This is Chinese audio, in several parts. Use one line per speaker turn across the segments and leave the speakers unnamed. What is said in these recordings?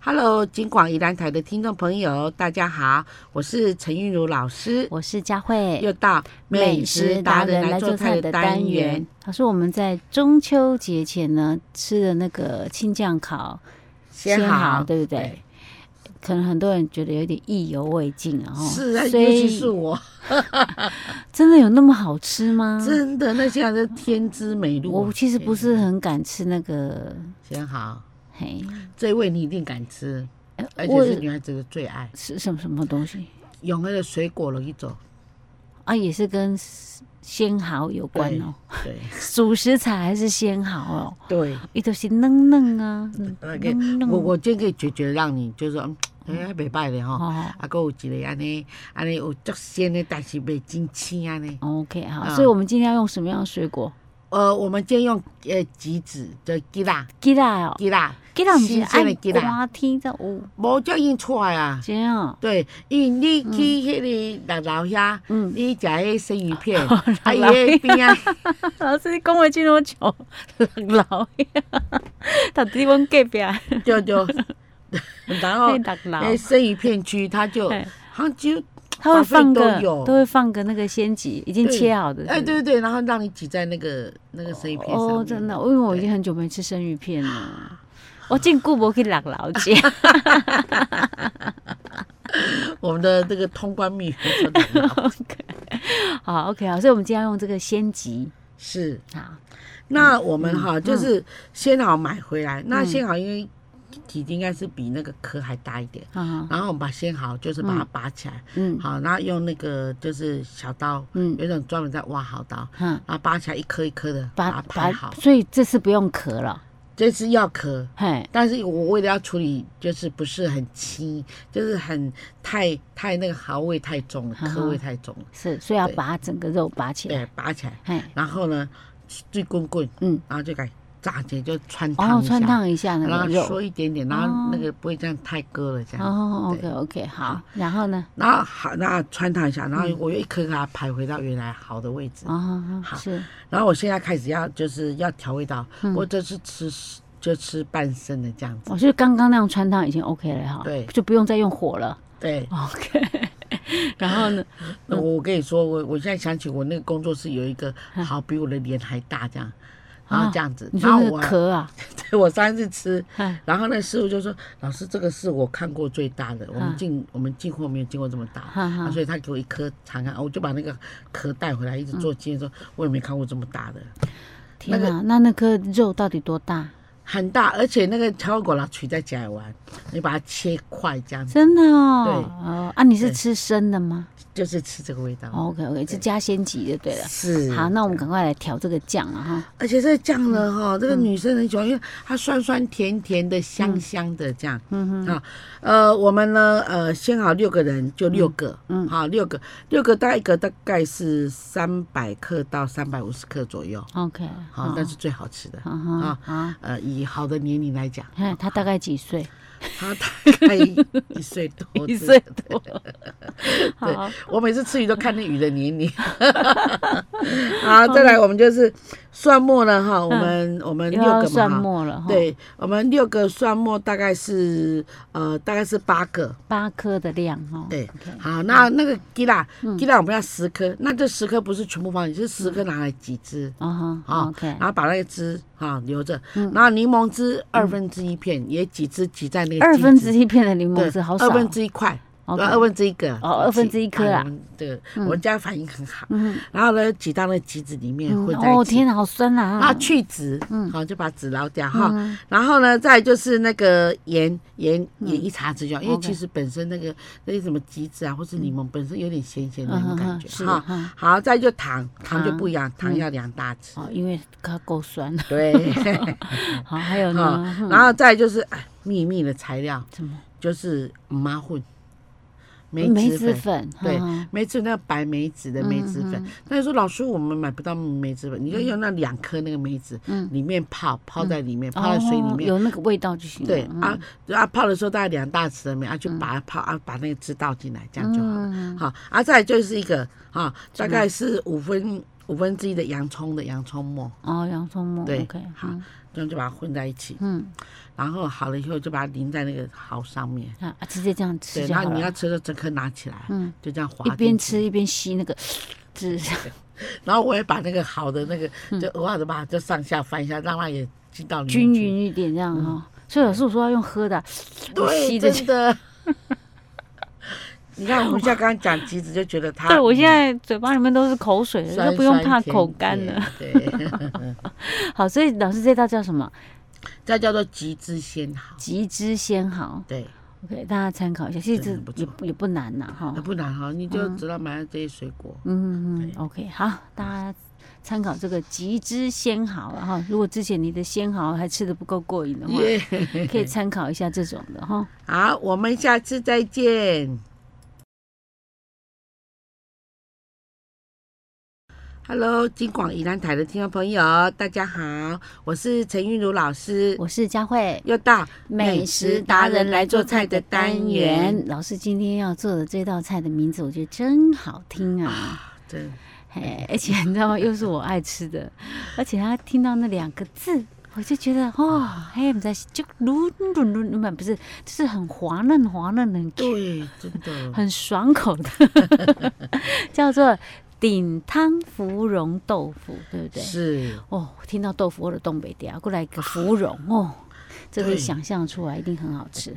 Hello，金广宜兰台的听众朋友，大家好，我是陈韵如老师，
我是佳慧，
又到美食达人来做菜的单元。。
老师，我们在中秋节前呢吃的那个青酱烤
先好，
蚝对不对？可能很多人觉得有点意犹未尽啊，哦
是啊，
所
尤其
以
是我，
真的有那么好吃吗？
真的那些是天之美露啊。
嗯我其实不是很敢吃那个，
先好，
嘿，
这味你一定敢吃，而且
我
是女孩子的最爱。
是什么什么东西
用那个水果了一种，
啊？也是跟鲜蚝有关哦，
对
主食材还是鲜蚝哦，
对，
伊都是嫩嫩啊，
那个
嫩嫩
我我今天可以解决让你，就是说，嗯哎，袂歹咧吼。
哦。
啊，佫有一个安尼，安尼有足鲜的，但是袂真青安尼。
OK，好，
啊
所以我们今天要用什么样的水果？
呃，我们今天用呃橘子，就橘啦，
鸡蛋哦，
橘啦，
鸡蛋不是
新鲜的
按
鸡啦，
瓜天才有，
无叫因出来啊。
这样 哦，
对，因为你去迄个六楼遐，
嗯，
你食迄生鱼 片，啊，伊
六楼
迄边啊，
老师你讲话真 好笑，六楼呀， 到底阮隔壁啊迄
就 就，然后
六楼
诶，，生鱼片区它就
哎
好像只有
他会放
都
个
有
都会放个那个鲜棘，已经
对
切好的，
哎，
是不是
对对，然后让你挤在那个那个生鱼片上面。
哦，真的，因啊为我已经很久没吃生鱼片了，我进久无去六楼 吃，
我们的这个通关密语说得很好
好 OK 好，所以我们今天要用这个鲜棘，
是。
好，
那我们
嗯
哈，就是鲜蚝买回来，那鲜蚝因为体积应该是比那个壳还大一点，
啊，
然后我们把鲜蚝就是把它拔起来，
嗯
好，然后用那个就是小刀，
嗯
有一种专门在挖蚝刀，
嗯，
然后拔起来一颗一颗的把
把
它拍
把
好，。
所以这次不用壳了，
这次要壳，
嘿。
但是我为了要处理，就是不是很轻，就是很太太那个蚝味太重了，
哈哈
壳味太重了，
是，所以要
对
把它整个肉拔起来。
对，拔起来，
嘿，
然后呢，最滚滚，
嗯，
然后就给炸起来，就穿烫
哦，
一下。
穿烫一下那
然
个
后
肉。
缩一点点，然后那个不会这样太割了这样。
哦
对嗯
，OK OK，好。然后呢？
然后好，那穿烫一下，
嗯
然后我又一颗给它排回到原来好的位置。
哦，
好
是，
然后我现在开始要就是要调味道，
嗯
我这是吃就吃半生的这样子。
我是刚刚那样穿烫已经 OK 了哈，
对
就不用再用火了。
对，
OK。然 后呢？
那我跟你说，我我现在想起我那个工作室有一个好比我的脸还大这样，然后这样子，
嗯哦你
然
说
后
那
我
个壳 啊，
对我上一次吃，
哎，
然后那师傅就说：“老师，这个是我看过最大的，我们
啊
进我们进货没有进过这么大。”
哈
啊，
哈，
所以他给我一颗尝尝，我就把那个壳带回来，一直
嗯
做纪念说，我也没看过这么大的，
天哪，那那颗肉到底多大？
很大，而且那个巧果拉取在家里玩，你把它切块这样子，
真的哦。
对
哦，啊，你是
对
吃生的吗
就是吃这个味道。
？OK OK，是加鲜棘就对了。
是，
好，那我们赶快来调这个酱了哈。
而且这个酱呢，哈、这个女生很喜欢，因为它酸酸甜甜的、香香的这样。嗯啊，呃，我们呢，呃，先好六个人就六个，嗯，好、六个，六个大概一个大概是三百克到三百五十克左右，
OK，
好、那是最好吃的。
啊哈
啊
啊，
呃，以好的年龄 来讲，
看他大概几岁？，
他大概一岁多
一岁
多。对
好，
我每次吃鱼都看那鱼的年 龄。好，再来我们就是蒜末了哈，我们我们
又
六
嗯要
个
蒜
嘛哈，
末了哈，，
对，我们六个蒜末大概是呃大概是八个，
八颗的量哈。
对
OK，嗯
好，那那个鸡啦，鸡啦我们要十颗，那这十颗不是全部放进去，是十颗拿来几只。
啊
啊、
哈，OK，嗯
然后把那个汁啊、留着，然后柠檬汁二分之一片，也几支挤在那个
二
鸡
分
汁
之一片的柠檬
对，
汁好少哦，
二分之一块。
OK
对二分之一个
哦二分之一颗
哎
啊
我们对，我们家反应很好。然后呢，挤到那橘子里面
嗯
混在一
哦
起，
天哪，好酸
然后
啊！
去籽，好就把籽捞掉哈。
嗯
然后呢，再就是那个盐，盐盐一茶匙就好，因为
OK
其实本身那个那些什么橘子啊，或是柠檬本身有点咸咸的那种感觉
嗯是嗯
哈。
哈，
好，再就糖，糖就
糖
不一样，糖要两大匙。
哦，因为它够酸。
对，
好，还有
好
呢，，
嗯然后再就是哎秘密的材料，
嗯什么
就是麻混梅
梅
子
子
粉。
粉？
对
哈哈，
梅子那个白梅子的梅子
嗯
粉，那就说老师我们买不到梅子粉，你就用那两颗那个梅子，里面泡泡在里面，泡在水里
嗯哦
面。
有那个味道就行了。
对
嗯
啊啊，泡的时候大概两大匙的梅啊，就把它泡啊，把
嗯
那个汁倒进来，这样就好了。好啊，再来就是一个啊，大概是五分五分之一的洋葱的洋葱末，
哦，洋葱末
对
，OK，
好
嗯
这样就把它混在一起，
嗯，
然后好了以后就把它淋在那个蚝上面。
啊，啊直接这样吃
对，
就
然
好
后你要
了。
吃就整颗拿起来，
嗯，
就这样滑
一边
进去
吃一边吸那个，汁，
嗯然后我也把那个好的那个，就偶尔的把它就上下翻一下，让它也进到里
嗯均
面去。
匀一点这样哈、所以老师我说要用喝的啊，
嗯对，
吸着
真的。 你看，我们现在刚刚讲橘子，就觉得它嗯
对我现在嘴巴里面都是口水了，
酸
都不用
酸
怕
甜
口干
甜
了。。
对，
好，所以老师这道叫什么？
再叫做橘子仙毫。
极之仙蚝
对，
，OK，大家参考一下。其实
真的不
这也
错
不也不难呐、哈
那。不难哈，你就知道买这些水果。
嗯嗯嗯，OK，好，大家参考这个极之仙蚝了哈。如果之前你的仙蚝还吃的不够过瘾的话，
耶，
可以参考一下这种的哈。
好，我们下次再见。Hello，金广宜兰台的听众朋友，大家好，我是陈韵如老师，
我是佳慧，
又到
美食达人来做菜的单元。。老师今天要做的这道菜的名字，我觉得真好听啊！
对，
嘿，而且你知道吗？又是我爱吃的，而且他听到那两个字，我就觉得哦，嘿，不在就噜噜噜噜，不是，就是很滑嫩滑嫩，很 Q，
对，真的，
很爽口的， 叫做顶汤芙蓉豆腐，对不对？
是
哦，听到豆腐或者东北调，过来一个芙蓉哦，这可以
啊对
想象出来，一定很好 吃。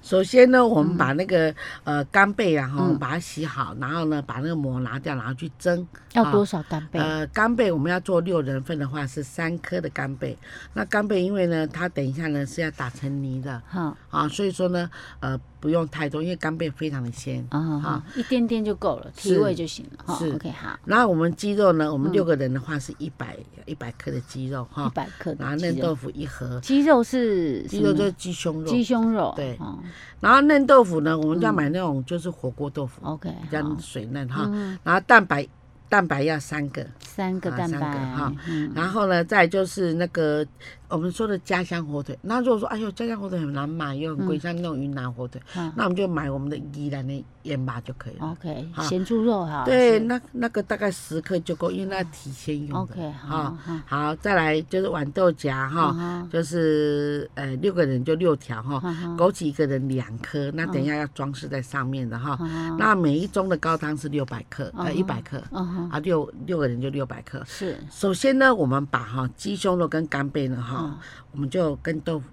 首先呢，我们把那个、呃干贝啊，哈、
嗯
把它洗好，然后呢，把那个膜拿掉，然后去蒸。
要多少干贝？
啊呃，干贝我们要做六人份的话是三颗的干贝。那干贝因为呢，它等一下呢是要打成泥的
哈
啊，所以说呢，呃，不用太多，因为干贝非常的鲜。
啊
好
哈，一点点就够了，提
是
味就行了。哈
是啊
，OK，好，
然后我们鸡肉呢，我们六个人的话是一百一百克的鸡肉
嗯一
哈，
百克
然后
的
嫩
鸡肉
豆。腐一盒，
鸡肉是
鸡
什么
肉就是鸡胸肉，
鸡嗯胸肉，
对
哦
然后嫩豆腐呢，我们就要买那种就是火锅豆腐，
，OK，
比较啊
好
水嫩
嗯
哈。然后蛋白蛋白要三个，
三个
啊
蛋
三个
白
哈，
嗯，
然后呢，再就是那个我们说的家乡火腿。那如果说哎呦家乡火腿很难买，又很
嗯
贵，像那种云南火腿，
好
那我们就买我们的宜兰的盐巴就可以了。
，OK，
好
咸猪肉哈，
啊对，
是
那那个大概十克就够，因为那提鲜用的。
，OK，好，嗯
哈，
好，
好，再来就是豌豆荚哈，
好，
就是呃六个人就六条哈，
好好
枸杞一个人两颗，那等一下要装饰在上面的哈。
好
那每一盅的高汤是六百克，
嗯
呃，
哼
一百克，
嗯哼，
啊，六六个人就六百克。
是，
首先呢，我们把哈鸡胸肉跟干贝呢哈，
嗯
我们就跟豆腐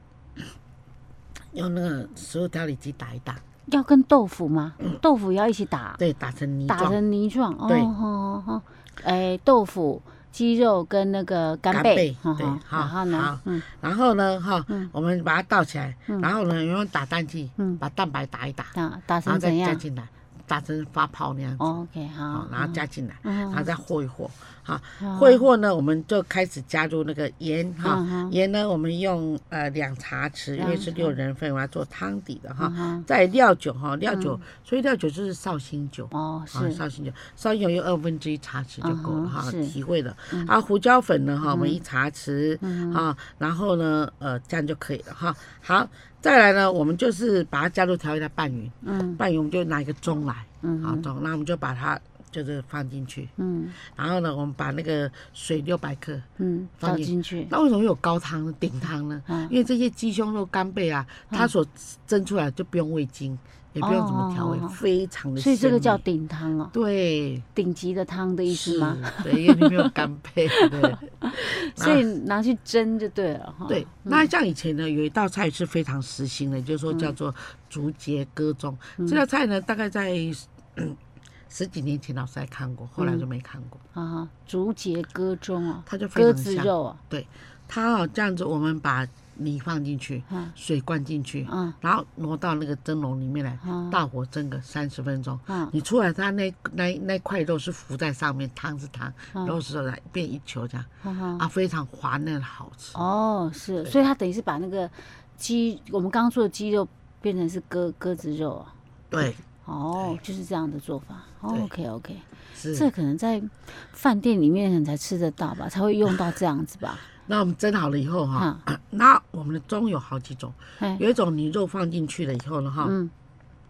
用那个食物调理机打一打，
要跟豆腐吗？豆腐要一起打，
嗯对，打成泥
打
状。
成泥状，哦，
对
哦哦，哎，豆腐、鸡肉跟那个干
干
贝
贝，
哈
对好
哈然后呢
好，
嗯，
然后呢哈，我们把它倒起来，然后呢用打蛋器
嗯
把蛋白打一打，
打打
然
成
后再
怎
加
样
进来，打成发泡那样子，
哦？OK，好
好，然后加进来，
嗯
然后再和一和，好，
好
和一和呢，我们就开始加入那个盐哈
嗯，哼
盐呢我们用呃两茶匙，因为是
两茶
六人份，我要做汤底的哈
嗯，哼
再料酒哈，料酒，所以料酒就是绍兴酒。
哦，
啊，
嗯是，
绍兴酒，绍兴酒用二分之一茶匙就够了
嗯哼
哈，
是嗯
提味了。啊，胡椒粉呢哈，我们一茶匙啊，然后呢，呃，这样就可以了哈。好，再来呢，我们就是把它加入调味料拌匀，
嗯
拌匀我们就拿一个盅来，
嗯
啊盅，那我们就把它就是放进去，
嗯
然后呢，我们把那个水六百克，
嗯，
放
倒
进
进去，
那为什么有高汤呢？顶汤呢？
嗯
因为这些鸡胸肉、干贝啊，它所蒸出来就不用味精，也不用怎么调味，
哦哦哦
非常的鲜美。
所以这个叫顶汤哦，
对，
顶级的汤的意思
是
吗？？
对，因为你没有干 贝，对
所以拿去蒸就对了哈。
对。那像以前呢，有一道菜是非常时兴的，就是说叫做竹节鸽中。
嗯
这道菜呢，大概在 嗯十几年前老师还看过，
嗯
后来就没看过。
啊，竹节鸽中哦，
它就非
鸽
常
子
像
肉啊，
它哦，这样子我们把米放进去，
嗯
水灌进去，
嗯
然后挪到那个蒸笼里面来，
嗯
大火蒸个三十分钟。
嗯
你出来，它那那那块肉是浮在上面，汤是汤，
嗯
肉是肉，来变一球这样
哈哈。
啊，非常滑嫩好吃。
哦，是，所以它等于是把那个鸡，我们刚刚做的鸡肉变成是鸽鸽子肉啊。
对，
哦，就是这样的做法。哦
对
OK OK，这
是。
可能在饭店里面可能才吃得到吧，才会用到这样子吧。
那我们蒸好了以后哈
哈，
啊那我们的盅有好几种，
哎，
有一种你肉放进去了以后呢哈，
嗯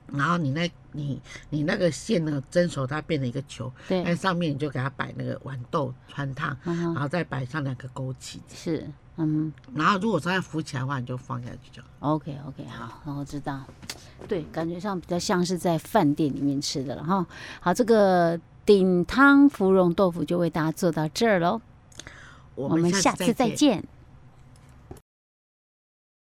然后你那你你那个馅呢蒸熟，它变成一个球，那
对，
上面你就给它摆那个豌豆穿烫，
嗯
然
哼，
后再摆上两个枸杞，
是，嗯
然后如果它要浮起来的话，你就放下去就好。
，OK OK，好，我知道。对，感觉上比较像是在饭店里面吃的了哈。好，这个顶汤芙蓉豆腐就为大家做到这儿喽，
我
我们下次再
见。
见。